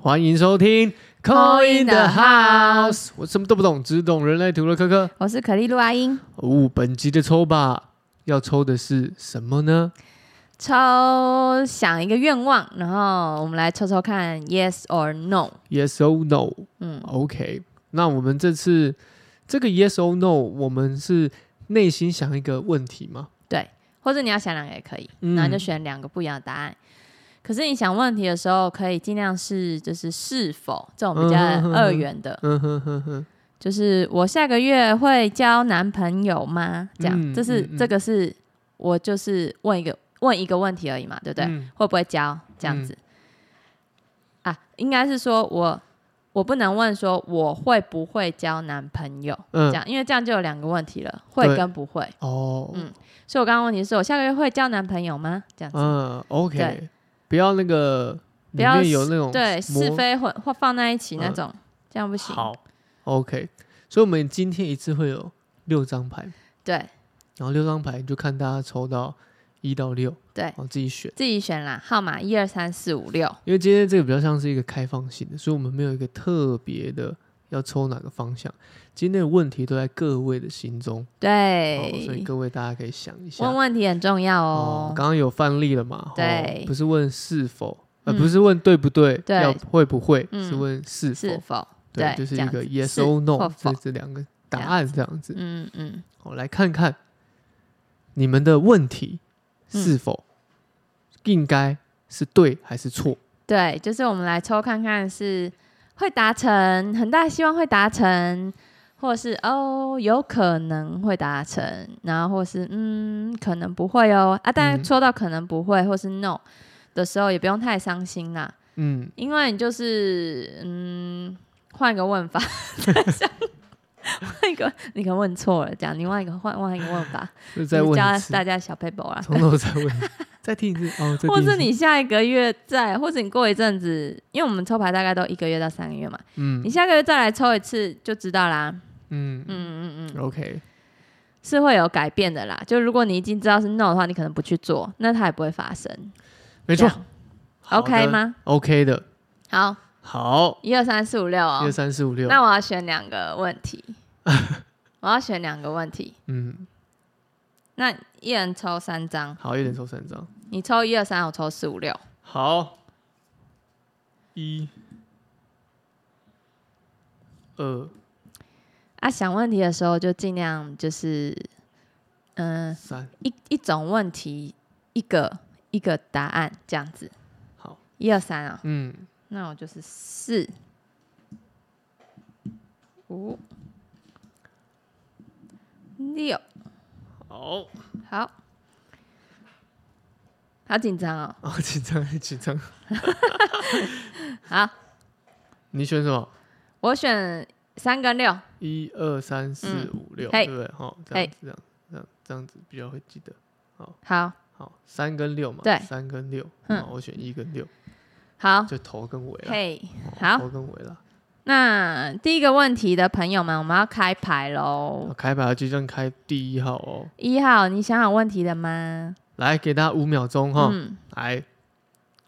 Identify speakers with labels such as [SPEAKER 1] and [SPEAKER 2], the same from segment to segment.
[SPEAKER 1] 欢迎收听
[SPEAKER 2] Call in the
[SPEAKER 1] House。我什么都不懂，只懂人类图的科科。
[SPEAKER 2] 我是可丽露阿英，
[SPEAKER 1] 哦，本集的抽吧，要抽的是什么呢？
[SPEAKER 2] 抽想一个愿望，然后我们来抽抽看，yes or no。
[SPEAKER 1] Yes or no？
[SPEAKER 2] 嗯
[SPEAKER 1] OK，那我们这次这个 Yes or No，我们是内心想一个问题吗？
[SPEAKER 2] 对，或者你要想两个也可以，
[SPEAKER 1] 嗯
[SPEAKER 2] 然后就选两个不一样的答案。可是你想问题的时候，可以尽量是就是是否这种比较
[SPEAKER 1] 嗯哼哼哼
[SPEAKER 2] 二元的，
[SPEAKER 1] 嗯哼哼哼，
[SPEAKER 2] 就是我下个月会交男朋友吗？这样，
[SPEAKER 1] 嗯
[SPEAKER 2] 这是、
[SPEAKER 1] 嗯嗯
[SPEAKER 2] 这个是我就是问一个问一个问题而已嘛，对不对？
[SPEAKER 1] 嗯
[SPEAKER 2] 会不会交这样子、啊？应该是说我我不能问说我会不会交男朋友、
[SPEAKER 1] 嗯
[SPEAKER 2] 这样，因为这样就有两个问题了，会
[SPEAKER 1] 对
[SPEAKER 2] 跟不会。
[SPEAKER 1] 哦，嗯
[SPEAKER 2] 嗯所以我刚刚问题是我下个月会交男朋友吗？这样子，
[SPEAKER 1] 嗯 o k
[SPEAKER 2] 对
[SPEAKER 1] 不要那个
[SPEAKER 2] 不
[SPEAKER 1] 里
[SPEAKER 2] 要
[SPEAKER 1] 面有那种
[SPEAKER 2] 对是
[SPEAKER 1] 模
[SPEAKER 2] 非混或放在一起那
[SPEAKER 1] 嗯
[SPEAKER 2] 种，这样不行。
[SPEAKER 1] 好，OK，所以我们今天一次会有六张牌，
[SPEAKER 2] 对
[SPEAKER 1] 然后六张牌就看大家抽到一到六，
[SPEAKER 2] 对
[SPEAKER 1] 然，后自己选。
[SPEAKER 2] 自己选啦，号码一二三四五六。
[SPEAKER 1] 因为今天这个比较像是一个开放性的，所以我们没有一个特别的要抽哪个方向。今天的问题都在各位的心中，哦
[SPEAKER 2] 对，、
[SPEAKER 1] 所以各位大家可以想一下。
[SPEAKER 2] 问问题很重要哦。
[SPEAKER 1] 刚刚有范例了嘛？哦
[SPEAKER 2] 对
[SPEAKER 1] 不是问是否，呃，
[SPEAKER 2] 嗯
[SPEAKER 1] 不是问对不对，
[SPEAKER 2] 对
[SPEAKER 1] 要会不会，
[SPEAKER 2] 嗯
[SPEAKER 1] 是问是否。
[SPEAKER 2] 是否？
[SPEAKER 1] 对，
[SPEAKER 2] 对
[SPEAKER 1] 就是
[SPEAKER 2] 这
[SPEAKER 1] 一
[SPEAKER 2] 样
[SPEAKER 1] 个
[SPEAKER 2] 子
[SPEAKER 1] yes
[SPEAKER 2] 是
[SPEAKER 1] or
[SPEAKER 2] 或
[SPEAKER 1] no，
[SPEAKER 2] 否
[SPEAKER 1] 这这两个答案这样子。
[SPEAKER 2] 嗯嗯，
[SPEAKER 1] 我来看看你们的问题
[SPEAKER 2] 嗯
[SPEAKER 1] 是否应该是对还是错。
[SPEAKER 2] 对，就是我们来抽看看是会达成，很大希望会达成，或是哦有可能会达成，然后或是嗯可能不会哦啊，
[SPEAKER 1] 嗯
[SPEAKER 2] 但是说到可能不会或是 no 的时候，也不用太伤心啦，
[SPEAKER 1] 嗯，
[SPEAKER 2] 因为你就是嗯换个问法， 换一个你可能问错了，这样你换一个换换一个问法，
[SPEAKER 1] 就再
[SPEAKER 2] 就是
[SPEAKER 1] 问
[SPEAKER 2] 教
[SPEAKER 1] 一次，
[SPEAKER 2] 大家小 paper 啦。
[SPEAKER 1] 从头再问一次，再听一次哦，再听一次
[SPEAKER 2] 或是你下一个月再，或是你过一阵子，因为我们抽牌大概都一个月到三个月嘛，
[SPEAKER 1] 嗯
[SPEAKER 2] 你下个月再来抽一次就知道啦。
[SPEAKER 1] 嗯嗯
[SPEAKER 2] 嗯嗯嗯，
[SPEAKER 1] ，OK，
[SPEAKER 2] 是会有改变的啦。就如果你已经知道是 no 的话，你可能不去做，那它也不会发生。
[SPEAKER 1] 没错
[SPEAKER 2] 这样，OK 吗？
[SPEAKER 1] ？OK 的，
[SPEAKER 2] 好，
[SPEAKER 1] 好，
[SPEAKER 2] 一二三四五六
[SPEAKER 1] 一二
[SPEAKER 2] 哦。
[SPEAKER 1] 三四五六，
[SPEAKER 2] 那我要选两个问题，我要选两个问题。
[SPEAKER 1] 嗯，
[SPEAKER 2] 那一人抽三张，
[SPEAKER 1] 好，一人抽三张，
[SPEAKER 2] 你抽一二三，我抽四五六。
[SPEAKER 1] 好，一，二，
[SPEAKER 2] 啊，想问题的时候就尽量就是，嗯、
[SPEAKER 1] 三，
[SPEAKER 2] 一一种问题，一个一个答案这样子。
[SPEAKER 1] 好，
[SPEAKER 2] 一二三啊，
[SPEAKER 1] 嗯，
[SPEAKER 2] 那我就是四五六，
[SPEAKER 1] 好，
[SPEAKER 2] 好，好紧张哦。
[SPEAKER 1] 好紧张，紧张，
[SPEAKER 2] 好，
[SPEAKER 1] 你选什么？
[SPEAKER 2] 我选三跟六，
[SPEAKER 1] 一二三四
[SPEAKER 2] 嗯
[SPEAKER 1] 五六，对
[SPEAKER 2] 嘿
[SPEAKER 1] 不对？好，这样
[SPEAKER 2] 嘿
[SPEAKER 1] 子，这样，这样，这样子比较会记得。
[SPEAKER 2] 好
[SPEAKER 1] 好，三跟六嘛，
[SPEAKER 2] 对
[SPEAKER 1] 三跟六，
[SPEAKER 2] 嗯
[SPEAKER 1] 好，我选一跟六，
[SPEAKER 2] 好
[SPEAKER 1] 就头跟尾了，
[SPEAKER 2] 嘿。
[SPEAKER 1] 哦
[SPEAKER 2] 好
[SPEAKER 1] 头跟尾了。
[SPEAKER 2] 那第一个问题的朋友们，我们要开牌
[SPEAKER 1] 好
[SPEAKER 2] 喽。
[SPEAKER 1] 开牌要即将开第一号哦，
[SPEAKER 2] 一号，你想好问题了吗？
[SPEAKER 1] 来给大家五秒钟哈，
[SPEAKER 2] 嗯，
[SPEAKER 1] 来，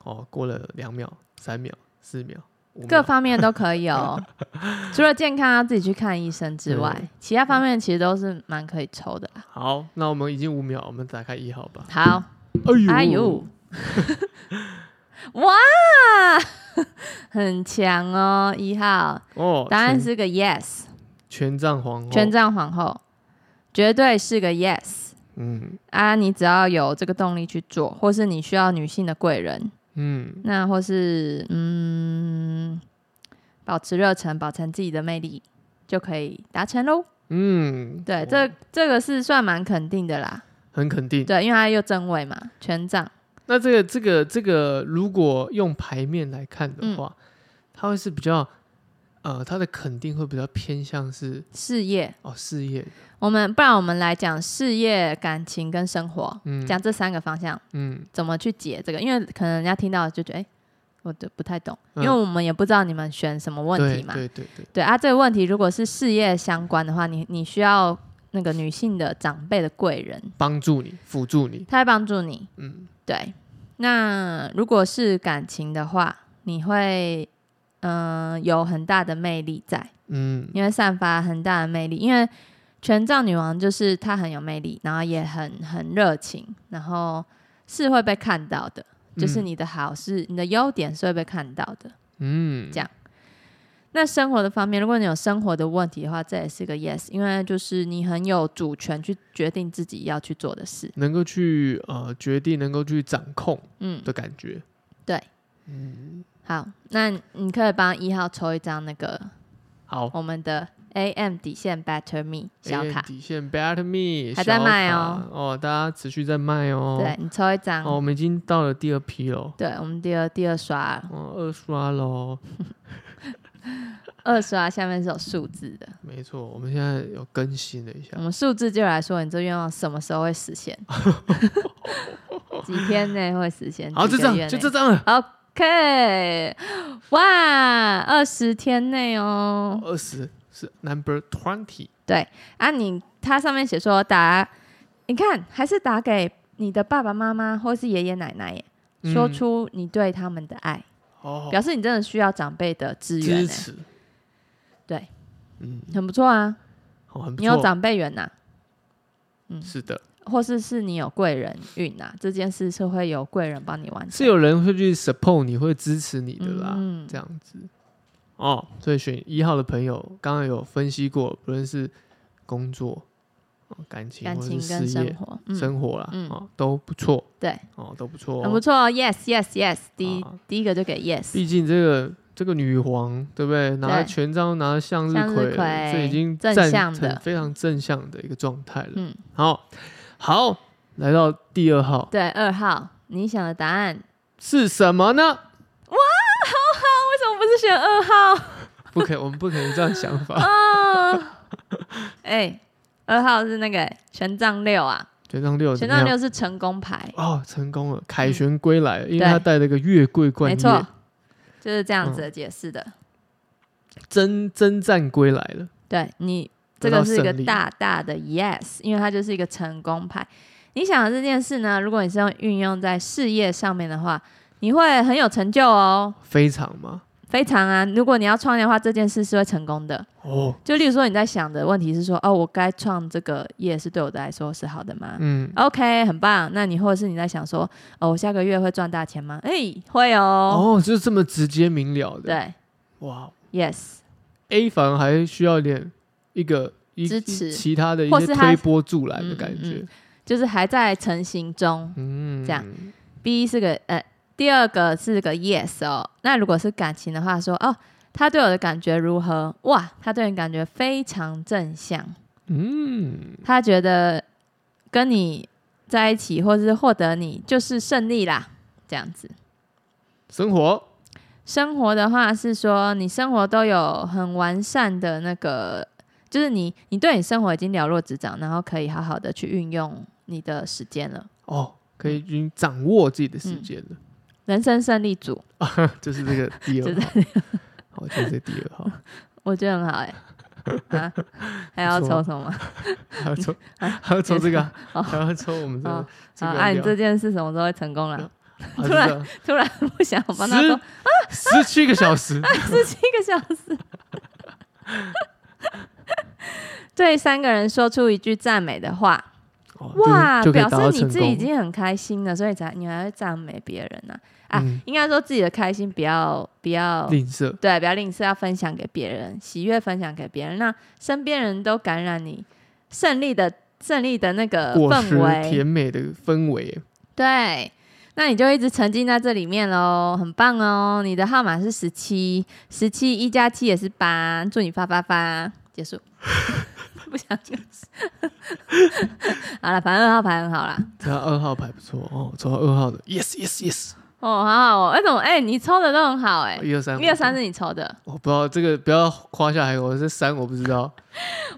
[SPEAKER 1] 哦，过了两秒、三秒、四秒、五
[SPEAKER 2] 各
[SPEAKER 1] 秒，
[SPEAKER 2] 方面都可以 哦。除了健康要自己去看医生之外，其他方面其实都是蛮可以抽的啦。
[SPEAKER 1] 好，那我们已经五秒，我们打开一号吧。
[SPEAKER 2] 好，
[SPEAKER 1] 哎呦，
[SPEAKER 2] 哎呦， 哇，很强哦，一号，
[SPEAKER 1] 哦，
[SPEAKER 2] 答案
[SPEAKER 1] 权
[SPEAKER 2] 是个 yes，
[SPEAKER 1] 权杖皇后，
[SPEAKER 2] 权，杖皇后，绝对是个 yes
[SPEAKER 1] 嗯
[SPEAKER 2] 啊！你只要有这个动力去做，或是你需要女性的贵人，
[SPEAKER 1] 嗯，
[SPEAKER 2] 那或是嗯，保持热忱，保存自己的魅力，就可以达成喽。
[SPEAKER 1] 嗯，
[SPEAKER 2] 对，
[SPEAKER 1] 哦
[SPEAKER 2] 这这个是算蛮肯定的啦。
[SPEAKER 1] 很肯定。
[SPEAKER 2] 对，因为他又正位嘛，权杖。
[SPEAKER 1] 那这个这个这个，如果用牌面来看的话，
[SPEAKER 2] 嗯
[SPEAKER 1] 它会是比较，呃，它的肯定会比较偏向是
[SPEAKER 2] 事业，
[SPEAKER 1] 哦事业的，
[SPEAKER 2] 我们不然我们来讲事业、感情跟生活，
[SPEAKER 1] 嗯
[SPEAKER 2] 讲这三个方向
[SPEAKER 1] 嗯
[SPEAKER 2] 怎么去解这个，因为可能人家听到就觉得，哎、我都不太懂，因
[SPEAKER 1] 嗯
[SPEAKER 2] 为我们也不知道你们选什么问题嘛。
[SPEAKER 1] 对对对对，
[SPEAKER 2] 对啊，这个问题如果是事业相关的话，你你需要那个女性的长辈的贵人，
[SPEAKER 1] 帮助你，辅助你，
[SPEAKER 2] 她会帮助你。
[SPEAKER 1] 嗯
[SPEAKER 2] 对，那如果是感情的话，你会嗯、有很大的魅力在，
[SPEAKER 1] 嗯
[SPEAKER 2] 因为散发很大的魅力。因为权杖女王就是她很有魅力，然后也很很热情，然后是会被看到的，就是
[SPEAKER 1] 嗯
[SPEAKER 2] 你的好是你的优点是会被看到的。
[SPEAKER 1] 嗯，
[SPEAKER 2] 这样那生活的方面，如果你有生活的问题的话，这也是个 yes，因为就是你很有主权去决定自己要去做的事。
[SPEAKER 1] 能够去呃决定，能够去掌控
[SPEAKER 2] 嗯，
[SPEAKER 1] 的感觉。
[SPEAKER 2] 好，那你可以帮一号抽一张那个
[SPEAKER 1] 好，
[SPEAKER 2] 我们的 AM 底线 Better Me 小
[SPEAKER 1] A N
[SPEAKER 2] 卡，
[SPEAKER 1] 底线 Bad Me
[SPEAKER 2] 还在
[SPEAKER 1] 小
[SPEAKER 2] 卖
[SPEAKER 1] 卡
[SPEAKER 2] 哦，
[SPEAKER 1] 哦，大家持续在卖哦。
[SPEAKER 2] 对，嗯你抽一张，
[SPEAKER 1] 哦，我们已经到了第二批了，
[SPEAKER 2] 对我们第二第二刷了，
[SPEAKER 1] 哦，二刷哦喽，
[SPEAKER 2] 二刷下面是有数字的，
[SPEAKER 1] 没错，我们现在有更新了一下
[SPEAKER 2] 我，们数字就来说，你这愿望什么时候会 实现？几天内会实现？
[SPEAKER 1] 好，就
[SPEAKER 2] 几
[SPEAKER 1] 这
[SPEAKER 2] 个
[SPEAKER 1] 样
[SPEAKER 2] 月，
[SPEAKER 1] 就
[SPEAKER 2] 内
[SPEAKER 1] 这张了，
[SPEAKER 2] OK，哇，二十天内哦。
[SPEAKER 1] 二十是 Number Twenty，
[SPEAKER 2] 啊你，它上面写说打，你看还是打给你的爸爸妈妈或是爷爷奶奶耶，
[SPEAKER 1] 嗯
[SPEAKER 2] 说出你对他们的爱，
[SPEAKER 1] 哦，
[SPEAKER 2] 表示你真的需要长辈的支援
[SPEAKER 1] 支
[SPEAKER 2] 耶，
[SPEAKER 1] 持，
[SPEAKER 2] 对，
[SPEAKER 1] 嗯，
[SPEAKER 2] 很不错啊。
[SPEAKER 1] 哦，很不
[SPEAKER 2] 你有
[SPEAKER 1] 错，
[SPEAKER 2] 长辈缘呐、
[SPEAKER 1] 是的，
[SPEAKER 2] 或是是你有贵人运呐、这件事是会有贵人帮你完成，
[SPEAKER 1] 是有人会去 support 你，会支持你的啦，
[SPEAKER 2] 嗯
[SPEAKER 1] 这样子。哦，所以选一号的朋友，刚刚有分析过，不论是工作、哦感情
[SPEAKER 2] 感
[SPEAKER 1] 或者
[SPEAKER 2] 情
[SPEAKER 1] 是
[SPEAKER 2] 跟
[SPEAKER 1] 事
[SPEAKER 2] 生
[SPEAKER 1] 业、
[SPEAKER 2] 活，嗯，
[SPEAKER 1] 生活啦，
[SPEAKER 2] 嗯
[SPEAKER 1] 哦，都不错，
[SPEAKER 2] 对，
[SPEAKER 1] 哦，都不错、
[SPEAKER 2] 很不
[SPEAKER 1] 哦。
[SPEAKER 2] 错哦，yes yes yes，第一、
[SPEAKER 1] 啊
[SPEAKER 2] 第一个就给 yes，
[SPEAKER 1] 毕竟这个这个女皇，对不对？拿着
[SPEAKER 2] 对
[SPEAKER 1] 权杖，拿着向日
[SPEAKER 2] 向日
[SPEAKER 1] 葵，
[SPEAKER 2] 葵
[SPEAKER 1] 这已经
[SPEAKER 2] 正
[SPEAKER 1] 站
[SPEAKER 2] 向的
[SPEAKER 1] 成非常正向的一个状态了。
[SPEAKER 2] 嗯，
[SPEAKER 1] 好，好，来到第二号
[SPEAKER 2] 对，二号，你想的答案
[SPEAKER 1] 是什么呢？
[SPEAKER 2] 为什么不是选二号？
[SPEAKER 1] 不可以，我们不可以这样想法。
[SPEAKER 2] 啊， 哎，二号是那个权杖六啊，
[SPEAKER 1] 哦权杖六怎
[SPEAKER 2] 权
[SPEAKER 1] 么样，
[SPEAKER 2] 杖六嗯是成功牌，
[SPEAKER 1] 哦，成功了，凯旋归来，因为
[SPEAKER 2] 对
[SPEAKER 1] 他带了一个月桂冠
[SPEAKER 2] 没
[SPEAKER 1] 叶，
[SPEAKER 2] 错，就是这样子的解释的。
[SPEAKER 1] 征征战归来了，
[SPEAKER 2] 对你这
[SPEAKER 1] 得到
[SPEAKER 2] 个是一个
[SPEAKER 1] 胜利
[SPEAKER 2] 大大的 yes，因为它就是一个成功牌。你想的这件事呢，如果你是用运用在事业上面的话，你会很有成就哦，
[SPEAKER 1] 非常嘛，
[SPEAKER 2] 非常啊。如果你要创业的话，这件事是会成功的。
[SPEAKER 1] 哦，
[SPEAKER 2] 就例如说你在想的问题是说，哦，我该创这个业是对我的来说是好的吗？
[SPEAKER 1] 嗯，
[SPEAKER 2] OK，很棒。那你或者是你在想说，哦，我下个月会赚大钱吗？哎、会哦。
[SPEAKER 1] 哦，就这么直接明了的，
[SPEAKER 2] 对
[SPEAKER 1] 哇哦
[SPEAKER 2] ，yes，
[SPEAKER 1] ，A 房还需要点一个一
[SPEAKER 2] 支持
[SPEAKER 1] 一其他的一
[SPEAKER 2] 或
[SPEAKER 1] 些
[SPEAKER 2] 是他
[SPEAKER 1] 推
[SPEAKER 2] 嗯
[SPEAKER 1] 波助澜的感觉，
[SPEAKER 2] 就是还在成型中。
[SPEAKER 1] 嗯，
[SPEAKER 2] 这样 B 是个呃，第二个是个 yes 哦。那如果是感情的话说哦，他对我的感觉如何？哇，他对你感觉非常正向，
[SPEAKER 1] 嗯，
[SPEAKER 2] 他觉得跟你在一起或是获得你就是胜利啦，这样子。
[SPEAKER 1] 生活
[SPEAKER 2] 生活的话是说，你生活都有很完善的那个，就是你你对你生活已经了若指掌，然后可以好好的去运用你的时间了。
[SPEAKER 1] 哦，可以已经掌握自己的时间
[SPEAKER 2] 嗯
[SPEAKER 1] 了，
[SPEAKER 2] 人生胜利组，
[SPEAKER 1] 这是这 个第
[SPEAKER 2] 就
[SPEAKER 1] 二
[SPEAKER 2] 是
[SPEAKER 1] 号，好，就是这第二 号，
[SPEAKER 2] 我觉得很好哎、啊，还要抽什么吗？
[SPEAKER 1] 还要抽，还要抽这个啊，
[SPEAKER 2] 哦
[SPEAKER 1] 还要抽我们这个
[SPEAKER 2] 哦
[SPEAKER 1] 这
[SPEAKER 2] 啊，
[SPEAKER 1] 个
[SPEAKER 2] 啊，你
[SPEAKER 1] 料
[SPEAKER 2] 这件事什么时候会成功啦？
[SPEAKER 1] 啊
[SPEAKER 2] 突
[SPEAKER 1] 就
[SPEAKER 2] 然
[SPEAKER 1] 这样
[SPEAKER 2] 突然不想帮他说啊
[SPEAKER 1] 十十七个小时，
[SPEAKER 2] 十七个小时。 对三个人说出一句赞美的话，
[SPEAKER 1] 哦
[SPEAKER 2] 哇，
[SPEAKER 1] 就就可以
[SPEAKER 2] 表
[SPEAKER 1] 达到
[SPEAKER 2] 示你
[SPEAKER 1] 成
[SPEAKER 2] 自己已
[SPEAKER 1] 功。
[SPEAKER 2] 经很开心了，所以才你还会赞美别人呢、啊。呃
[SPEAKER 1] 嗯
[SPEAKER 2] 应该说自己的开心不要不要
[SPEAKER 1] 吝啬，
[SPEAKER 2] 对，不要吝啬，要分享给别人，喜悦分享给别人，那身边人都感染你胜利的胜利的那个
[SPEAKER 1] 果实
[SPEAKER 2] 呃氛围
[SPEAKER 1] 甜。美的氛围，
[SPEAKER 2] 对，那你就一直沉浸在这里面喽，很棒哦。你的号码是十七，十七一加七也是八，祝你发发发，结束。 不想解释， 好了，反正二号牌很好啦。
[SPEAKER 1] 这样二号牌不错哦，抽到二号的，yes yes yes，
[SPEAKER 2] 哦，好好哦，哎、怎么哎、你抽的都很好哎、
[SPEAKER 1] 一二三，
[SPEAKER 2] 一二三，是你抽的，
[SPEAKER 1] 我不知道这个不要夸下海口，这三我不知道，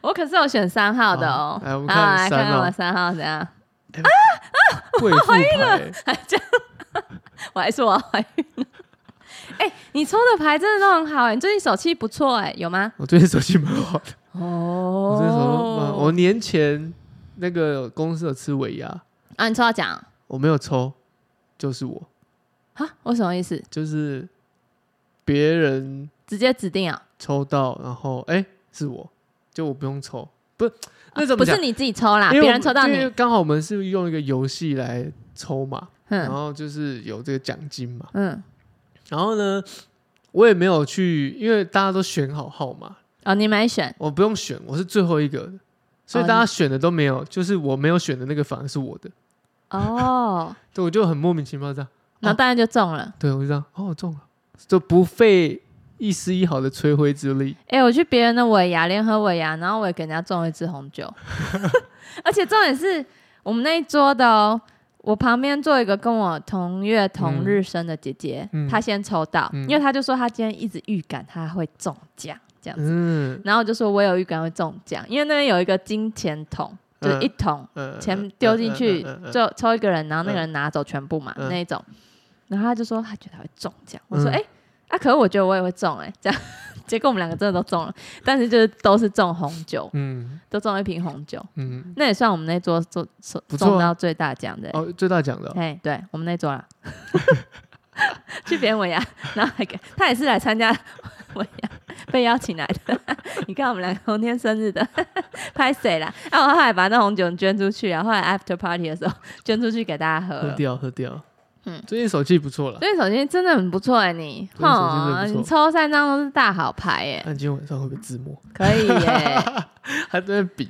[SPEAKER 2] 我可是有选三号的哦
[SPEAKER 1] 好。来我们
[SPEAKER 2] 好
[SPEAKER 1] 看
[SPEAKER 2] 来看
[SPEAKER 1] 三
[SPEAKER 2] 看
[SPEAKER 1] 号
[SPEAKER 2] 我三号怎样？
[SPEAKER 1] 贵妇牌，
[SPEAKER 2] 我还说我怀孕了。哎、你抽的牌真的都很好哎、你最近手气不错哎、有吗？
[SPEAKER 1] 我最近手气蛮好的，
[SPEAKER 2] 哦
[SPEAKER 1] 我最近手气蛮，我年前那个公司有吃尾牙，
[SPEAKER 2] 啊，你抽到奖啊
[SPEAKER 1] 我没有抽，就是我，
[SPEAKER 2] 啊？我什么意思？
[SPEAKER 1] 就是别人
[SPEAKER 2] 直接指定啊，
[SPEAKER 1] 抽到，然后哎、是我，就我不用抽，不是那
[SPEAKER 2] 啊
[SPEAKER 1] 怎
[SPEAKER 2] 不
[SPEAKER 1] 么讲？
[SPEAKER 2] 是你自己抽啦，
[SPEAKER 1] 因为
[SPEAKER 2] 别
[SPEAKER 1] 我
[SPEAKER 2] 人抽到
[SPEAKER 1] 因为
[SPEAKER 2] 你，
[SPEAKER 1] 刚好我们是用一个游戏来抽嘛，然
[SPEAKER 2] 嗯
[SPEAKER 1] 后就是有这个奖金嘛，
[SPEAKER 2] 嗯，
[SPEAKER 1] 然后呢，我也没有去，因为大家都选好号码，
[SPEAKER 2] 哦，你没选，
[SPEAKER 1] 我不用选，我是最后一个，所以
[SPEAKER 2] 哦
[SPEAKER 1] 大
[SPEAKER 2] 你
[SPEAKER 1] 家选的都没有，就是我没有选的那个反而是我的，
[SPEAKER 2] 哦，
[SPEAKER 1] 对，我就很莫名其妙这样，
[SPEAKER 2] 然后当然就中了。
[SPEAKER 1] 对我就这样，哦，中了，就不费一丝一毫的吹灰之力，
[SPEAKER 2] 哎、我去别人的尾牙，联合尾牙，然后我也给人家中了一支红酒， 而且重点是我们那一桌的哦，我旁边坐一个跟我同月同日生的姐姐，
[SPEAKER 1] 嗯嗯
[SPEAKER 2] 她先抽到，
[SPEAKER 1] 嗯
[SPEAKER 2] 因为她就说她今天一直预感她会中奖这样子，
[SPEAKER 1] 嗯
[SPEAKER 2] 然后我就说我有预感会中奖，因为那边有一个金钱桶，就
[SPEAKER 1] 嗯
[SPEAKER 2] 一桶
[SPEAKER 1] 呃，
[SPEAKER 2] 钱丢进去
[SPEAKER 1] 嗯嗯嗯嗯嗯，
[SPEAKER 2] 就抽一个人，然后那个人拿走全部嘛，
[SPEAKER 1] 嗯
[SPEAKER 2] 那一种。然后他就说他觉得他会中奖，我说
[SPEAKER 1] 嗯
[SPEAKER 2] 哎、啊，可是我觉得我也会中哎、 这样。结果我们两个真的都中了，但是就是都是中红酒，
[SPEAKER 1] 嗯
[SPEAKER 2] 都中了一瓶红酒，
[SPEAKER 1] 嗯，
[SPEAKER 2] 那也算我们那桌中中
[SPEAKER 1] 不错啊
[SPEAKER 2] 中到最大奖的、
[SPEAKER 1] 哦，最大奖的哦、
[SPEAKER 2] 哎，对我们那 桌啦， 去别人尾牙，然后还给他也是来参加 尾牙被邀请来的。 你看我们两个同天生日的，拍谁啦？啊，我后来把那红酒捐出去啊，后来 after party 的时候捐出去给大家喝
[SPEAKER 1] 喝
[SPEAKER 2] 了。
[SPEAKER 1] 掉喝掉，
[SPEAKER 2] 呃嗯
[SPEAKER 1] 最近手气不错了，
[SPEAKER 2] 所以手机真的很不错哎、你，
[SPEAKER 1] 对手机真的不错
[SPEAKER 2] 你抽三张都是大好牌哎、
[SPEAKER 1] 但今天晚上会不会自 摸？
[SPEAKER 2] 可以耶、
[SPEAKER 1] 还在那比，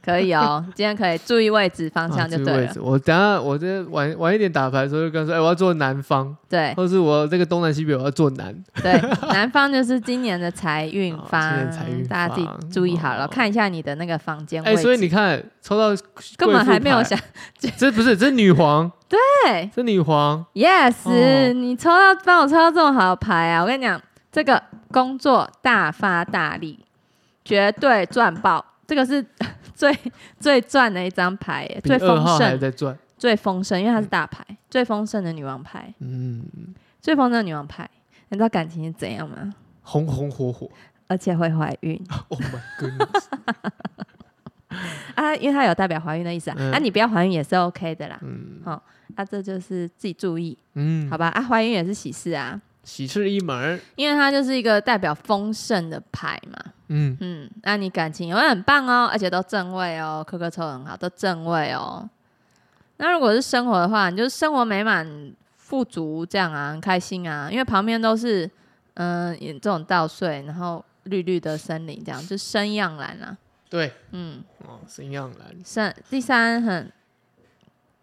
[SPEAKER 2] 可以哦，今天可以注意位置方向就
[SPEAKER 1] 啊这个
[SPEAKER 2] 对
[SPEAKER 1] 位
[SPEAKER 2] 了，
[SPEAKER 1] 置。我等下我这晚晚一点打牌的时候，就跟他说，哎、我要坐南方，
[SPEAKER 2] 对
[SPEAKER 1] 或是我这个东南西北我要坐南。
[SPEAKER 2] 对，南方就是今年的财运
[SPEAKER 1] 哦
[SPEAKER 2] 方，
[SPEAKER 1] 今年财运
[SPEAKER 2] 大家自
[SPEAKER 1] 方
[SPEAKER 2] 己注意好了，
[SPEAKER 1] 哦
[SPEAKER 2] 看一下你的那个房间
[SPEAKER 1] 哎、
[SPEAKER 2] 位置。
[SPEAKER 1] 所以你看，抽 到
[SPEAKER 2] 根
[SPEAKER 1] 贵
[SPEAKER 2] 本
[SPEAKER 1] 妇
[SPEAKER 2] 还没有
[SPEAKER 1] 牌
[SPEAKER 2] 想，
[SPEAKER 1] 这不是这是女皇，
[SPEAKER 2] 对
[SPEAKER 1] 这女皇，
[SPEAKER 2] ，yes，、
[SPEAKER 1] 哦
[SPEAKER 2] 你抽到帮我抽到这种好牌啊！我跟你讲，这个工作大发大力，绝对赚爆，这个是 最最赚的一张牌耶，
[SPEAKER 1] 比
[SPEAKER 2] 哎最
[SPEAKER 1] 二
[SPEAKER 2] 丰
[SPEAKER 1] 号还嗯
[SPEAKER 2] 盛，
[SPEAKER 1] 在转。
[SPEAKER 2] 最丰盛，因为它是大牌，最丰盛的女王牌，
[SPEAKER 1] 嗯，
[SPEAKER 2] 最丰盛的女王牌，你知道感情是怎样吗？
[SPEAKER 1] 红红火火。
[SPEAKER 2] 而且会怀孕
[SPEAKER 1] Oh my goodness！
[SPEAKER 2] 啊，因为它有代表怀孕的意思啊，
[SPEAKER 1] 嗯
[SPEAKER 2] 啊，你不要怀孕也是 OK 的啦，
[SPEAKER 1] 嗯
[SPEAKER 2] 啊，这就是自己注意，
[SPEAKER 1] 嗯，
[SPEAKER 2] 好吧？嗯啊，怀孕也是喜事啊，
[SPEAKER 1] 喜事一门儿。
[SPEAKER 2] 因为它就是一个代表丰盛的牌嘛，
[SPEAKER 1] 嗯，
[SPEAKER 2] 嗯，那你感情也会很棒哦，而且都正位哦，科科抽得很好，都正位哦。那如果是生活的话，你就是生活美满、富足这样啊，很开心啊，因为旁边都是嗯、也这种稻穗，然后绿绿的森林，这样就生养兰啊，
[SPEAKER 1] 对，
[SPEAKER 2] 嗯，
[SPEAKER 1] 哦，沈样兰，
[SPEAKER 2] 生第三很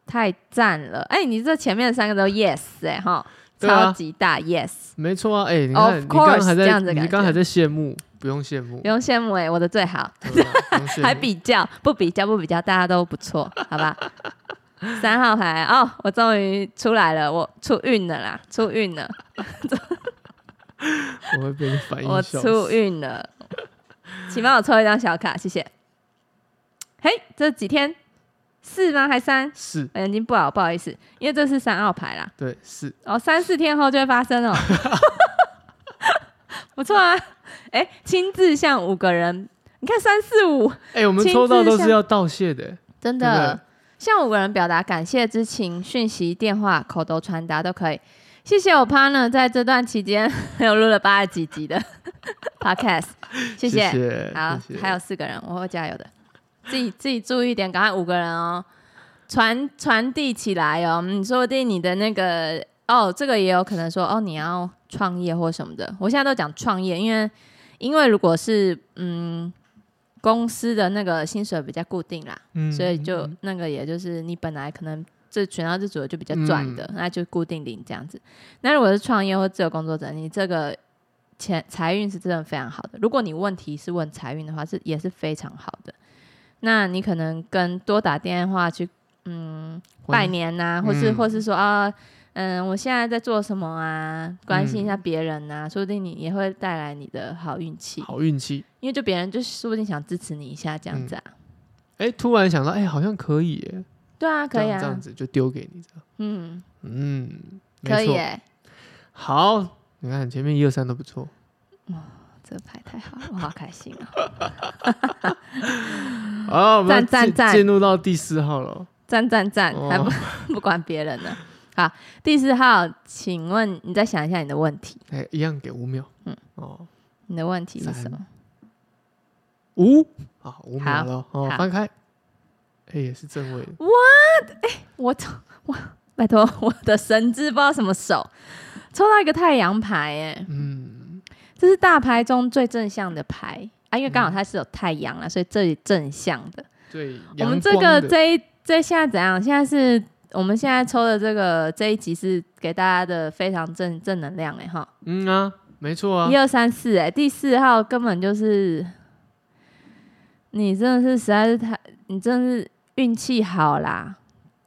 [SPEAKER 2] 太赞了，哎、你这前面三个都 yes 哎、哈，
[SPEAKER 1] 对啊
[SPEAKER 2] 超级大 yes，
[SPEAKER 1] 没错啊。哎、你
[SPEAKER 2] 哦
[SPEAKER 1] 看，你
[SPEAKER 2] Of
[SPEAKER 1] 刚刚还
[SPEAKER 2] course，这样子
[SPEAKER 1] 在，
[SPEAKER 2] 的
[SPEAKER 1] 你
[SPEAKER 2] 感
[SPEAKER 1] 刚刚
[SPEAKER 2] 觉
[SPEAKER 1] 还在羡慕，不用羡 慕
[SPEAKER 2] 不，用羡慕哎、我的最好。
[SPEAKER 1] 对啊不用羡慕
[SPEAKER 2] 还比较不比较不比较，大家都不错， 好吧？三号牌哦，我终于出来了，我出运了啦，出运了，
[SPEAKER 1] 我会被你反应
[SPEAKER 2] 我
[SPEAKER 1] 笑
[SPEAKER 2] 出
[SPEAKER 1] 死
[SPEAKER 2] 运了，请帮我抽一张小卡，谢谢。嘿，这几天四吗？还三？
[SPEAKER 1] 是，
[SPEAKER 2] 我眼睛不好，不好意思，因为这是三号牌啦，
[SPEAKER 1] 对，是。
[SPEAKER 2] 哦，三四天后就会发生哦， 不错啊，哎，亲自向五个人，你看三四五，
[SPEAKER 1] 哎、我们
[SPEAKER 2] 亲
[SPEAKER 1] 抽到
[SPEAKER 2] 自
[SPEAKER 1] 都是
[SPEAKER 2] 向
[SPEAKER 1] 要道谢的、
[SPEAKER 2] 真
[SPEAKER 1] 对不
[SPEAKER 2] 的
[SPEAKER 1] 对，
[SPEAKER 2] 向五个人表达感谢之情，讯息、电话、口头传达都可以。谢谢我 partner 在这段期间 有录了八十几集的 podcast，谢谢。
[SPEAKER 1] 谢
[SPEAKER 2] 好，
[SPEAKER 1] 谢谢
[SPEAKER 2] 还有四个人，我会加油的。自己自己注意一点，赶快五个人哦，传传递起来哦。嗯说不定你的那个哦，这个也有可能说哦，你要创业或什么的。我现在都讲创业，因为因为如果是嗯公司的那个薪水比较固定啦，
[SPEAKER 1] 嗯
[SPEAKER 2] 所以就
[SPEAKER 1] 嗯嗯
[SPEAKER 2] 那个也就是你本来可能这全到这组的就比较
[SPEAKER 1] 嗯
[SPEAKER 2] 赚的，那就固定领这样子。那如果是创业或自由工作者，你这个钱财运是真的非常好的。如果你问题是问财运的话，是也是非常好的。那你可能跟多打电话去，嗯，拜
[SPEAKER 1] 欢
[SPEAKER 2] 年呐、或是、
[SPEAKER 1] 嗯
[SPEAKER 2] 或是说啊，嗯，我现在在做什么啊，关心一
[SPEAKER 1] 嗯
[SPEAKER 2] 下别人呐、说不定你也会带来你的好运气，
[SPEAKER 1] 好运气。
[SPEAKER 2] 因为就别人就说不定想支持你一下
[SPEAKER 1] 嗯
[SPEAKER 2] 这样子啊。
[SPEAKER 1] 哎、突然想到，哎、好像可以耶，
[SPEAKER 2] 对啊，可以
[SPEAKER 1] 这样这
[SPEAKER 2] 啊
[SPEAKER 1] 样，子就丢给你这样，
[SPEAKER 2] 嗯，
[SPEAKER 1] 嗯，没
[SPEAKER 2] 可以
[SPEAKER 1] 错
[SPEAKER 2] 耶、
[SPEAKER 1] 好，你看前面一二三都不错，
[SPEAKER 2] 这个牌太 好了，我好开心啊！
[SPEAKER 1] 好，我们
[SPEAKER 2] 赞赞
[SPEAKER 1] 进
[SPEAKER 2] 赞
[SPEAKER 1] 进入到第四号了，
[SPEAKER 2] 赞赞赞，还不、
[SPEAKER 1] 哦，
[SPEAKER 2] 不管别人了。第四号，请问你再想一下你的问题，
[SPEAKER 1] 哎，一样给五秒。
[SPEAKER 2] 嗯，
[SPEAKER 1] 哦，
[SPEAKER 2] 你的问题是
[SPEAKER 1] 三
[SPEAKER 2] 什么？
[SPEAKER 1] 五啊，五秒
[SPEAKER 2] 好
[SPEAKER 1] 了哦，
[SPEAKER 2] 好
[SPEAKER 1] 翻开，哎，也是正位的，
[SPEAKER 2] 我抽我拜托， 我的神智不知道什么手抽到一个太阳牌，哎，
[SPEAKER 1] 嗯，
[SPEAKER 2] 这是大牌中最正向的牌啊，因为刚好
[SPEAKER 1] 嗯
[SPEAKER 2] 它是有太阳啊，所以最正向的。
[SPEAKER 1] 对，
[SPEAKER 2] 我们
[SPEAKER 1] 阳
[SPEAKER 2] 这
[SPEAKER 1] 光
[SPEAKER 2] 个
[SPEAKER 1] 的
[SPEAKER 2] 这一这现在怎样？现在是我们现在抽的这个这一集是给大家的非常正正能量哎哈，
[SPEAKER 1] 嗯啊，没错啊
[SPEAKER 2] 一，二三四哎，第四号根本就是你真的是实在是太你真的是运气好啦，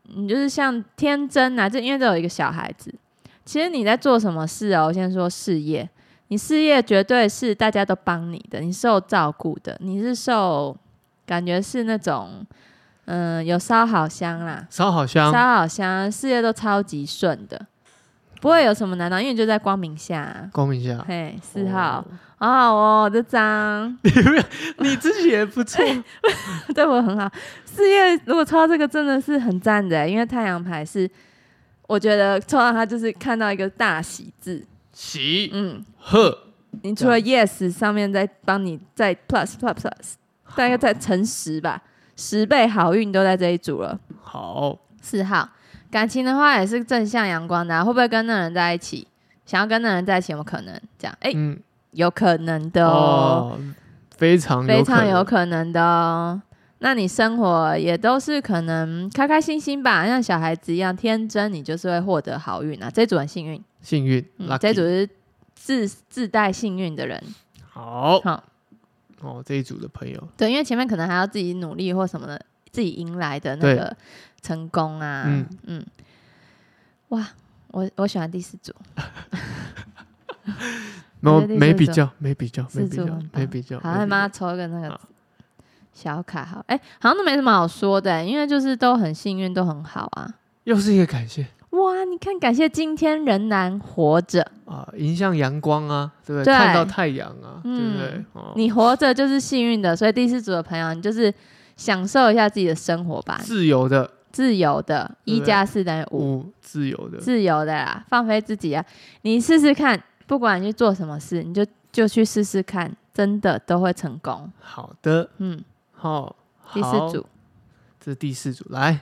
[SPEAKER 2] 你就是像天真啊，这因为这有一个小孩子，其实你在做什么事哦，我先说事业。你事业绝对是大家都帮你的，你受照顾的，你是受感觉是那种，嗯、有烧好香啦，
[SPEAKER 1] 烧好香，
[SPEAKER 2] 烧好香，事业都超级顺的，不会有什么难道，因为你就在光明下啊、
[SPEAKER 1] 光明下，
[SPEAKER 2] 嘿，四号
[SPEAKER 1] 哦，，
[SPEAKER 2] 好好哦，这张
[SPEAKER 1] 你自己也不错，
[SPEAKER 2] 对我很好。事业如果抽到这个，真的是很赞的，欸因为太阳牌是，我觉得抽到它就是看到一个大喜字。
[SPEAKER 1] 喜
[SPEAKER 2] 嗯，
[SPEAKER 1] 贺，
[SPEAKER 2] 你除了
[SPEAKER 1] 啊
[SPEAKER 2] yes 上面再帮你再 plus plus plus，大概再乘十吧，十倍好运都在这一组了。
[SPEAKER 1] 好，
[SPEAKER 2] 四号，感情的话也是正向阳光的、啊，会不会跟那人在一起？想要跟那人在一起有没有可能？这样，哎、
[SPEAKER 1] 嗯，
[SPEAKER 2] 有可能的哦，
[SPEAKER 1] 哦，非常
[SPEAKER 2] 非常有
[SPEAKER 1] 可
[SPEAKER 2] 可能的哦。那你生活也都是可能开开心心吧，像小孩子一样天真，你就是会获得好运啊。这组很幸运，
[SPEAKER 1] 能幸运
[SPEAKER 2] 嗯，
[SPEAKER 1] lucky
[SPEAKER 2] 这组是自自带幸运的人。
[SPEAKER 1] 好
[SPEAKER 2] 好，
[SPEAKER 1] 哦，这一组的朋友，
[SPEAKER 2] 对，因为前面可能还要自己努力或什么的，自己迎来的那
[SPEAKER 1] 对
[SPEAKER 2] 个成功啊。嗯
[SPEAKER 1] 嗯
[SPEAKER 2] 哇，我我喜欢第四组，
[SPEAKER 1] 没有
[SPEAKER 2] 我觉得
[SPEAKER 1] 没
[SPEAKER 2] 这
[SPEAKER 1] 比
[SPEAKER 2] 组
[SPEAKER 1] 较，没比较，没
[SPEAKER 2] 四
[SPEAKER 1] 比
[SPEAKER 2] 组
[SPEAKER 1] 较
[SPEAKER 2] 很，棒
[SPEAKER 1] 没比较，
[SPEAKER 2] 好，
[SPEAKER 1] 没
[SPEAKER 2] 还
[SPEAKER 1] 比
[SPEAKER 2] 帮他
[SPEAKER 1] 较
[SPEAKER 2] 抽一个那个
[SPEAKER 1] 好
[SPEAKER 2] 小卡号。哎、好像都没什么好说的、因为就是都很幸运，都很好啊。
[SPEAKER 1] 又是一个感谢
[SPEAKER 2] 哇，你看，感谢今天仍然活着，
[SPEAKER 1] 啊，迎向阳光啊，对不
[SPEAKER 2] 对
[SPEAKER 1] 对？看到太阳啊，对不对
[SPEAKER 2] 嗯？
[SPEAKER 1] 哦，
[SPEAKER 2] 你活着就是幸运的。所以第四组的朋友，你就是享受一下自己的生活吧，
[SPEAKER 1] 自由的
[SPEAKER 2] 自由的，
[SPEAKER 1] 对嗯
[SPEAKER 2] 一
[SPEAKER 1] 不对
[SPEAKER 2] 加四等于五，
[SPEAKER 1] 五，自由的，
[SPEAKER 2] 自由的啦，放飞自己啊！你试试看，不管你去做什么事，你就就去试试看，真的都会成功。
[SPEAKER 1] 好的，
[SPEAKER 2] 嗯，
[SPEAKER 1] 好，
[SPEAKER 2] 第四
[SPEAKER 1] 好
[SPEAKER 2] 组，
[SPEAKER 1] 这是第四组，来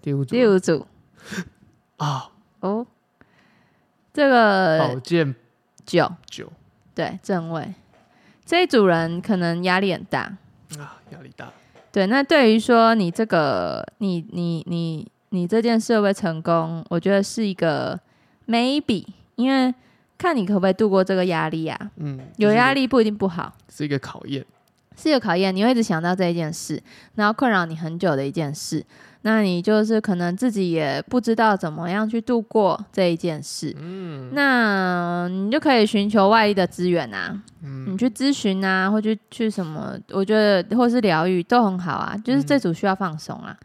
[SPEAKER 1] 第五组
[SPEAKER 2] 第五组
[SPEAKER 1] 啊，
[SPEAKER 2] 哦，这
[SPEAKER 1] 宝
[SPEAKER 2] 个
[SPEAKER 1] 剑
[SPEAKER 2] 九
[SPEAKER 1] 九
[SPEAKER 2] 对正位，这一组人可能压力很大，
[SPEAKER 1] 啊，压力大，
[SPEAKER 2] 对，那对于说你这个，你你你你这件事会不会成功，我觉得是一个 maybe，因为看你可不可以度过这个压力啊。
[SPEAKER 1] 嗯，这是一
[SPEAKER 2] 有
[SPEAKER 1] 个
[SPEAKER 2] 压力不一定不好，
[SPEAKER 1] 是一个考验，
[SPEAKER 2] 是有考验，你会一直想到这一件事，然后困扰你很久的一件事。那你就是可能自己也不知道怎么样去度过这一件事，
[SPEAKER 1] 嗯
[SPEAKER 2] 那你就可以寻求外力的资源啊。你
[SPEAKER 1] 嗯，
[SPEAKER 2] 去咨询啊，或去去什么，我觉得或是疗愈都很好啊。就是
[SPEAKER 1] 嗯
[SPEAKER 2] 这组需要放松啊。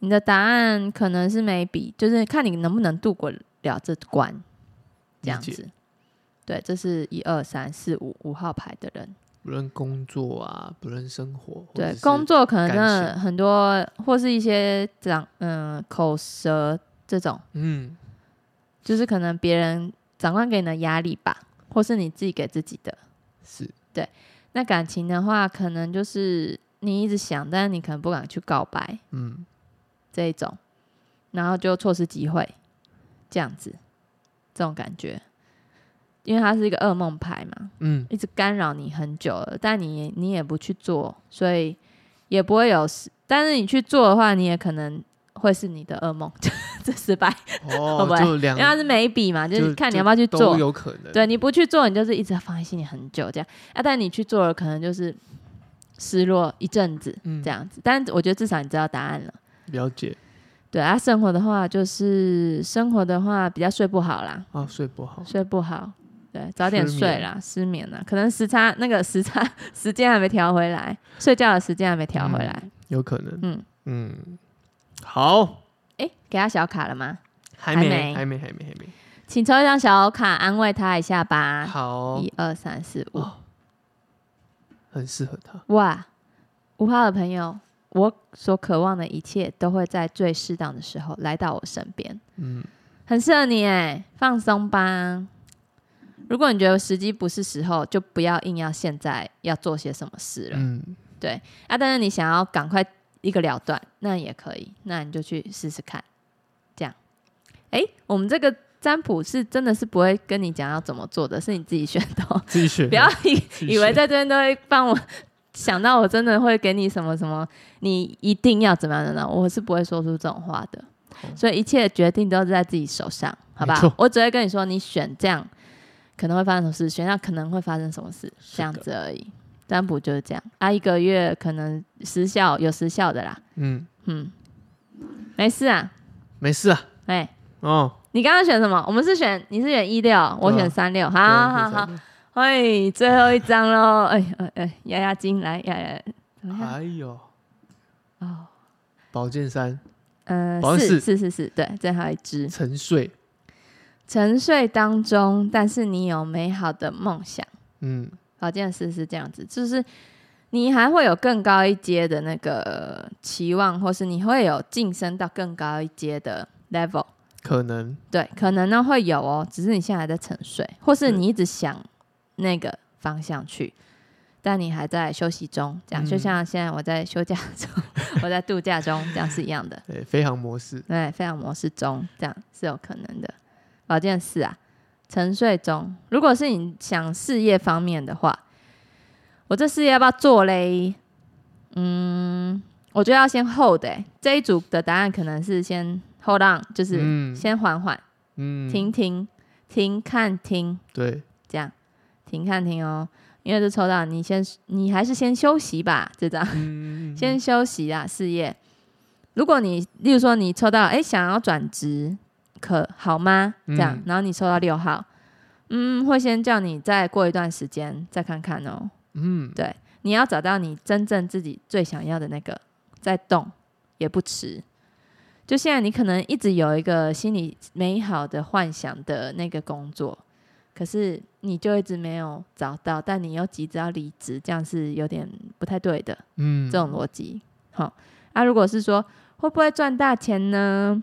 [SPEAKER 2] 你的答案可能是 maybe，就是看你能不能度过了这关，这
[SPEAKER 1] 理
[SPEAKER 2] 样
[SPEAKER 1] 解
[SPEAKER 2] 子。对，这是一二三四五五号牌的人，
[SPEAKER 1] 不论工作啊，不论生活，或
[SPEAKER 2] 对
[SPEAKER 1] 者是
[SPEAKER 2] 工作可能
[SPEAKER 1] 感
[SPEAKER 2] 真的很多，或是一些长嗯口舌这种，
[SPEAKER 1] 嗯，
[SPEAKER 2] 就是可能别人长官给你的压力吧，或是你自己给自己的。
[SPEAKER 1] 是
[SPEAKER 2] 那感情的话，可能就是你一直想，但是你可能不敢去告白
[SPEAKER 1] 嗯，
[SPEAKER 2] 这一种，然后就错失机会，这样子，这种感觉，因为它是一个噩梦牌嘛，
[SPEAKER 1] 嗯，
[SPEAKER 2] 一直干扰你很久了，但你你也不去做，所以也不会有事。但是你去做的话，你也可能会是你的噩梦， 这失败，会不
[SPEAKER 1] 哦，
[SPEAKER 2] 会
[SPEAKER 1] 就
[SPEAKER 2] 因
[SPEAKER 1] 两
[SPEAKER 2] 为它是眉笔嘛，就是
[SPEAKER 1] 就
[SPEAKER 2] 看你
[SPEAKER 1] 就
[SPEAKER 2] 要不要去做
[SPEAKER 1] 都，有可能，
[SPEAKER 2] 对你不去做，你就是一直放在心里很久这样啊。但你去做了，可能就是失落一阵子
[SPEAKER 1] 嗯
[SPEAKER 2] 这样子。但我觉得至少你知道答案了。
[SPEAKER 1] 了解
[SPEAKER 2] 对啊，生活的话就是生活的话比较睡不好啦，
[SPEAKER 1] 啊，睡不好，
[SPEAKER 2] 睡不好，对，早点
[SPEAKER 1] 失
[SPEAKER 2] 睡
[SPEAKER 1] 眠
[SPEAKER 2] 啦，失眠啊啦，可能时差那个时差 时间还没调回来，睡觉的时间还没调回来。
[SPEAKER 1] 有可能，
[SPEAKER 2] 嗯
[SPEAKER 1] 嗯嗯，好，
[SPEAKER 2] 诶，给他小卡了吗？
[SPEAKER 1] 还
[SPEAKER 2] 还
[SPEAKER 1] 没，
[SPEAKER 2] 没
[SPEAKER 1] 还没，还没，还没，
[SPEAKER 2] 请抽一张小卡安慰他一下吧。
[SPEAKER 1] 好，
[SPEAKER 2] 一二三四五，
[SPEAKER 1] 哦很适合他，
[SPEAKER 2] 哇，五号的朋友，我所渴望的一切都会在最适当的时候来到我身边。
[SPEAKER 1] 嗯，
[SPEAKER 2] 很适合你哎，放松吧。如果你觉得时机不是时候，就不要硬要现在要做些什么事了。
[SPEAKER 1] 嗯，
[SPEAKER 2] 对啊，但是你想要赶快一个了断，那也可以，那你就去试试看，这样。哎，我们这个占卜是真的是不会跟你讲要怎么做的，是你自己选的哦，
[SPEAKER 1] 自己选，
[SPEAKER 2] 不要以
[SPEAKER 1] 自己
[SPEAKER 2] 以为
[SPEAKER 1] 选
[SPEAKER 2] 在这边都会帮我想到我真的会给你什么什么，你一定要怎么样的呢？我是不会说出这种话的，所以一切决定都是在自己手上，好
[SPEAKER 1] 哦
[SPEAKER 2] 不
[SPEAKER 1] 没
[SPEAKER 2] 好
[SPEAKER 1] 错？
[SPEAKER 2] 我只会跟你说，你选这样可能会发生什么事，选那样可能会发生什么事，
[SPEAKER 1] 是的
[SPEAKER 2] 这样子而已。占卜就是这样啊，一个月可能时效有时效的啦，
[SPEAKER 1] 嗯，
[SPEAKER 2] 嗯，没事啊，
[SPEAKER 1] 没事啊，
[SPEAKER 2] 哎、
[SPEAKER 1] 哦，
[SPEAKER 2] 你刚刚选什么？我们是选你是选一六，我选三六，好
[SPEAKER 1] 对
[SPEAKER 2] 啊好好，，哎，最后一张喽！哎哎哎，压压惊，来压压，
[SPEAKER 1] 就
[SPEAKER 2] 怎么
[SPEAKER 1] 是
[SPEAKER 2] 样？
[SPEAKER 1] 哎呦，
[SPEAKER 2] 哦，
[SPEAKER 1] 宝剑三
[SPEAKER 2] 呃
[SPEAKER 1] 好，像
[SPEAKER 2] 是
[SPEAKER 1] 是
[SPEAKER 2] 是是是，对，最后一只。
[SPEAKER 1] 沉睡，
[SPEAKER 2] 沉睡当中，但是你有美好的梦想。
[SPEAKER 1] 嗯，
[SPEAKER 2] 宝剑四是这样子，就是你还会有更高一阶的那个期望，或是你会有晋升到更高一阶的 level。
[SPEAKER 1] 可能
[SPEAKER 2] 对，可能呢会有哦，只是你现在还在沉睡，或是
[SPEAKER 1] 对
[SPEAKER 2] 你一直想那个方向去，但你还在休息中，这样、就
[SPEAKER 1] 嗯
[SPEAKER 2] 像现在我在休假中， 我在度假中，这样是一样的，
[SPEAKER 1] 对，飞航模式，
[SPEAKER 2] 对，非常模式中，这样是有可能的。保健四啊，沉睡中，如果是你想事业方面的话，我这事业要不要做嘞？嗯，我觉得要先 hold 哎、这一组的答案可能是先 hold on，就是
[SPEAKER 1] 嗯
[SPEAKER 2] 先缓缓。
[SPEAKER 1] 嗯，
[SPEAKER 2] 停停停看停，
[SPEAKER 1] 对，
[SPEAKER 2] 这样停看停哦。因为这抽到你先，你还是先休息吧，这张、
[SPEAKER 1] 嗯，
[SPEAKER 2] 先休息啊，事业。如果你，例如说你抽到哎想要转职，可好吗？这样，
[SPEAKER 1] 嗯
[SPEAKER 2] 然后你抽到六号，嗯，会先叫你再过一段时间再看看哦。
[SPEAKER 1] 嗯，
[SPEAKER 2] 对，你要找到你真正自己最想要的那个，再动也不迟。就现在，你可能一直有一个心里美好的幻想的那个工作，可是你就一直没有找到，但你又急着要离职，这样是有点不太对的。
[SPEAKER 1] 嗯，
[SPEAKER 2] 这种逻辑。好、啊，如果是说会不会赚大钱呢？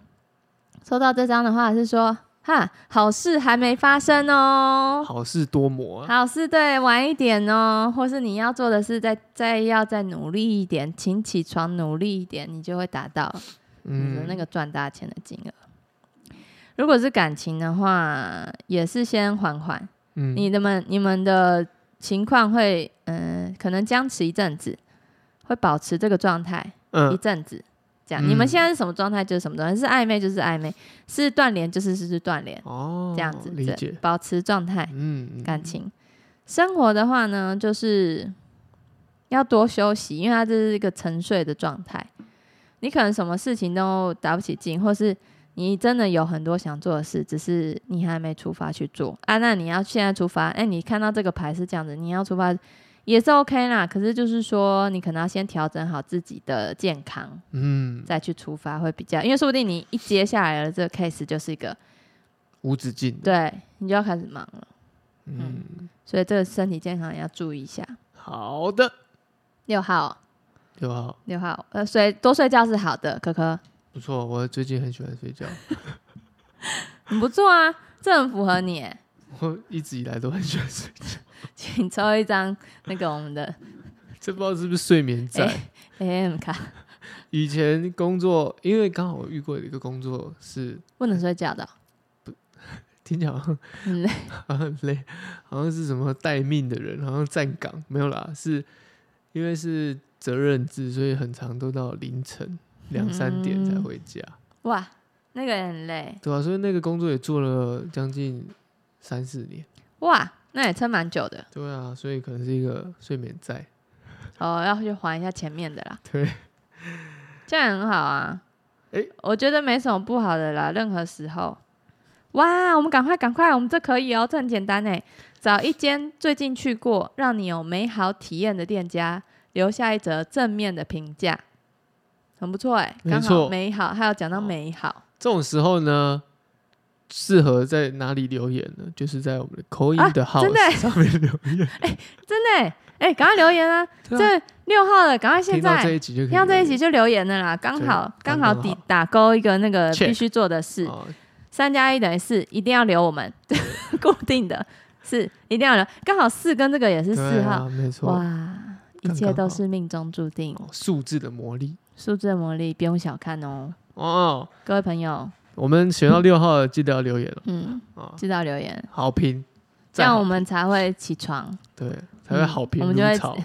[SPEAKER 2] 抽到这张的话是说，哈，好事还没发生哦，
[SPEAKER 1] 好事多磨啊，
[SPEAKER 2] 好事对，晚一点哦，或是你要做的事再再要再努力一点，请起床努力一点，你就会达到你的
[SPEAKER 1] 嗯，
[SPEAKER 2] 那个赚大钱的金额。如果是感情的话，也是先缓缓，
[SPEAKER 1] 嗯，
[SPEAKER 2] 你的们你们的情况会，嗯、可能僵持一阵子，会保持这个状态，一
[SPEAKER 1] 嗯，
[SPEAKER 2] 阵子，这样。
[SPEAKER 1] 嗯
[SPEAKER 2] 你们现在是什么状态就是什么状态，是暧昧就是暧昧，是断联就是是是断联，
[SPEAKER 1] 哦，
[SPEAKER 2] 这样子，
[SPEAKER 1] 理
[SPEAKER 2] 这
[SPEAKER 1] 解，
[SPEAKER 2] 保持状态，
[SPEAKER 1] 嗯，
[SPEAKER 2] 感情。生活的话呢，就是要多休息，因为它这是一个沉睡的状态。你可能什么事情都打不起劲，或是你真的有很多想做的事，只是你还没出发去做啊。那你要现在出发，哎、你看到这个牌是这样子，你要出发也是 OK 啦。可是就是说，你可能要先调整好自己的健康，
[SPEAKER 1] 嗯，
[SPEAKER 2] 再去出发会比较，因为说不定你一接下来的这个 case 就是一个，
[SPEAKER 1] 无止境的，
[SPEAKER 2] 对你就要开始忙了，
[SPEAKER 1] 嗯，
[SPEAKER 2] 所以这个身体健康也要注意一下。
[SPEAKER 1] 好的，
[SPEAKER 2] 六号，
[SPEAKER 1] 六号，
[SPEAKER 2] 六号，呃，睡多睡觉是好的，可可，
[SPEAKER 1] 不错，我最近很喜欢睡觉，
[SPEAKER 2] 很不错啊，这很符合你耶，
[SPEAKER 1] 我一直以来都很喜欢睡觉，
[SPEAKER 2] 请抽一张那个我们的
[SPEAKER 1] 这不知道是不是睡
[SPEAKER 2] 哎
[SPEAKER 1] 眠债。
[SPEAKER 2] AM 卡，
[SPEAKER 1] 以前工作，因为刚好我遇过一个工作是
[SPEAKER 2] 不能睡觉的哦，
[SPEAKER 1] 听起来好像
[SPEAKER 2] 很累，
[SPEAKER 1] 好像很累，好像是什么待命的人，好像站岗没有啦，是因为是责任制，所以很长都到凌晨两三点才
[SPEAKER 2] 嗯
[SPEAKER 1] 回家，
[SPEAKER 2] 哇，那个也很累，
[SPEAKER 1] 对吧、啊所以那个工作也做了将近三四年，
[SPEAKER 2] 哇，那也撑蛮久的，
[SPEAKER 1] 对啊，所以可能是一个睡眠债，
[SPEAKER 2] 哦，要去还一下前面的啦，
[SPEAKER 1] 对，
[SPEAKER 2] 这样很好啊，
[SPEAKER 1] 诶
[SPEAKER 2] 我觉得没什么不好的啦，任何时候。哇，我们赶快赶快，我们这可以哦，这很简单哎，找一间最近去过让你有美好体验的店家，留下一则正面的评价，很不错哎，
[SPEAKER 1] 没
[SPEAKER 2] 刚好
[SPEAKER 1] 错哦
[SPEAKER 2] 美好，还有讲到美好
[SPEAKER 1] 这种时候呢。适合在哪里留言呢？就是在我们的 Coin
[SPEAKER 2] 啊
[SPEAKER 1] 的 House、
[SPEAKER 2] 真的欸
[SPEAKER 1] 上面留言。
[SPEAKER 2] 真的哎，哎，赶快留言啊，
[SPEAKER 1] 对啊
[SPEAKER 2] 这六号的赶快 现
[SPEAKER 1] 听到
[SPEAKER 2] 在
[SPEAKER 1] 这一集就可以
[SPEAKER 2] 听到这
[SPEAKER 1] 留
[SPEAKER 2] 一
[SPEAKER 1] 言
[SPEAKER 2] 集就留言了啦，刚
[SPEAKER 1] 对
[SPEAKER 2] 好刚
[SPEAKER 1] 刚
[SPEAKER 2] 好
[SPEAKER 1] 刚
[SPEAKER 2] 抵
[SPEAKER 1] 好
[SPEAKER 2] 打勾一个那个
[SPEAKER 1] Check
[SPEAKER 2] 必须做的事，
[SPEAKER 1] 哦
[SPEAKER 2] 三加一等于四，一定要留我们 固定的，是一定要留。刚好四跟这个也是四
[SPEAKER 1] 对
[SPEAKER 2] 号，
[SPEAKER 1] 啊，没错，
[SPEAKER 2] 哇，一
[SPEAKER 1] 刚
[SPEAKER 2] 切
[SPEAKER 1] 刚
[SPEAKER 2] 都
[SPEAKER 1] 好
[SPEAKER 2] 是命中注定，
[SPEAKER 1] 数字的魔力
[SPEAKER 2] 数字的魔力不用小看哦，
[SPEAKER 1] 哦。
[SPEAKER 2] 各位朋友，
[SPEAKER 1] 我们选到六号的，记得要留言了
[SPEAKER 2] 嗯，
[SPEAKER 1] 啊，
[SPEAKER 2] 记得留言，
[SPEAKER 1] 好评，
[SPEAKER 2] 这
[SPEAKER 1] 再
[SPEAKER 2] 样
[SPEAKER 1] 好
[SPEAKER 2] 我们才会起床，
[SPEAKER 1] 对才会
[SPEAKER 2] 嗯
[SPEAKER 1] 好评
[SPEAKER 2] 我们就会
[SPEAKER 1] 如潮。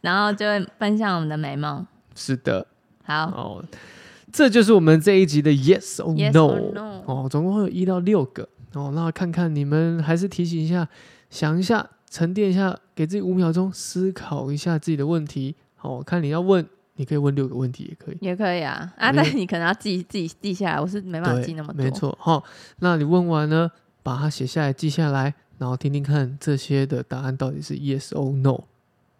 [SPEAKER 2] 然后就会奔向我们的美梦。
[SPEAKER 1] 是的，
[SPEAKER 2] 好
[SPEAKER 1] 哦，这就是我们这一集的 Yes or
[SPEAKER 2] ，Yes or No？
[SPEAKER 1] 哦，总共会有一到六个哦。那看看你们还是提醒一下，想一下，沉淀一下，给自己五秒钟思考一下自己的问题。哦，看你要问，你可以问六个问题也可以。
[SPEAKER 2] 也可以啊，
[SPEAKER 1] 我
[SPEAKER 2] 啊，
[SPEAKER 1] 觉
[SPEAKER 2] 但
[SPEAKER 1] 得
[SPEAKER 2] 你可能要记记记下来，我是没办法
[SPEAKER 1] 对，
[SPEAKER 2] 记那么多。
[SPEAKER 1] 没错，哈、那你问完呢，把它写下来，记下来，然后听听看这些的答案到底是 yes or no。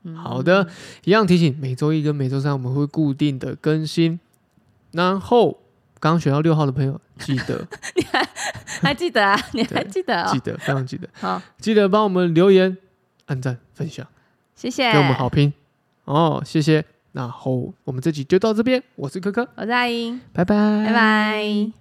[SPEAKER 2] 嗯，
[SPEAKER 1] 好 的一样提醒，每周一跟每周三我们会固定的更新。然后，刚选到六号的朋友，记得
[SPEAKER 2] 还记得啊？你还记得
[SPEAKER 1] 记
[SPEAKER 2] 哦？
[SPEAKER 1] 得，非常 记得，
[SPEAKER 2] 好，
[SPEAKER 1] 记得帮我们留言、按赞、分享，
[SPEAKER 2] 谢谢。
[SPEAKER 1] 给我们好，评哦，谢谢。然后我们这集就到这边，我是科科，
[SPEAKER 2] 我是阿英，
[SPEAKER 1] 拜拜，
[SPEAKER 2] 拜拜。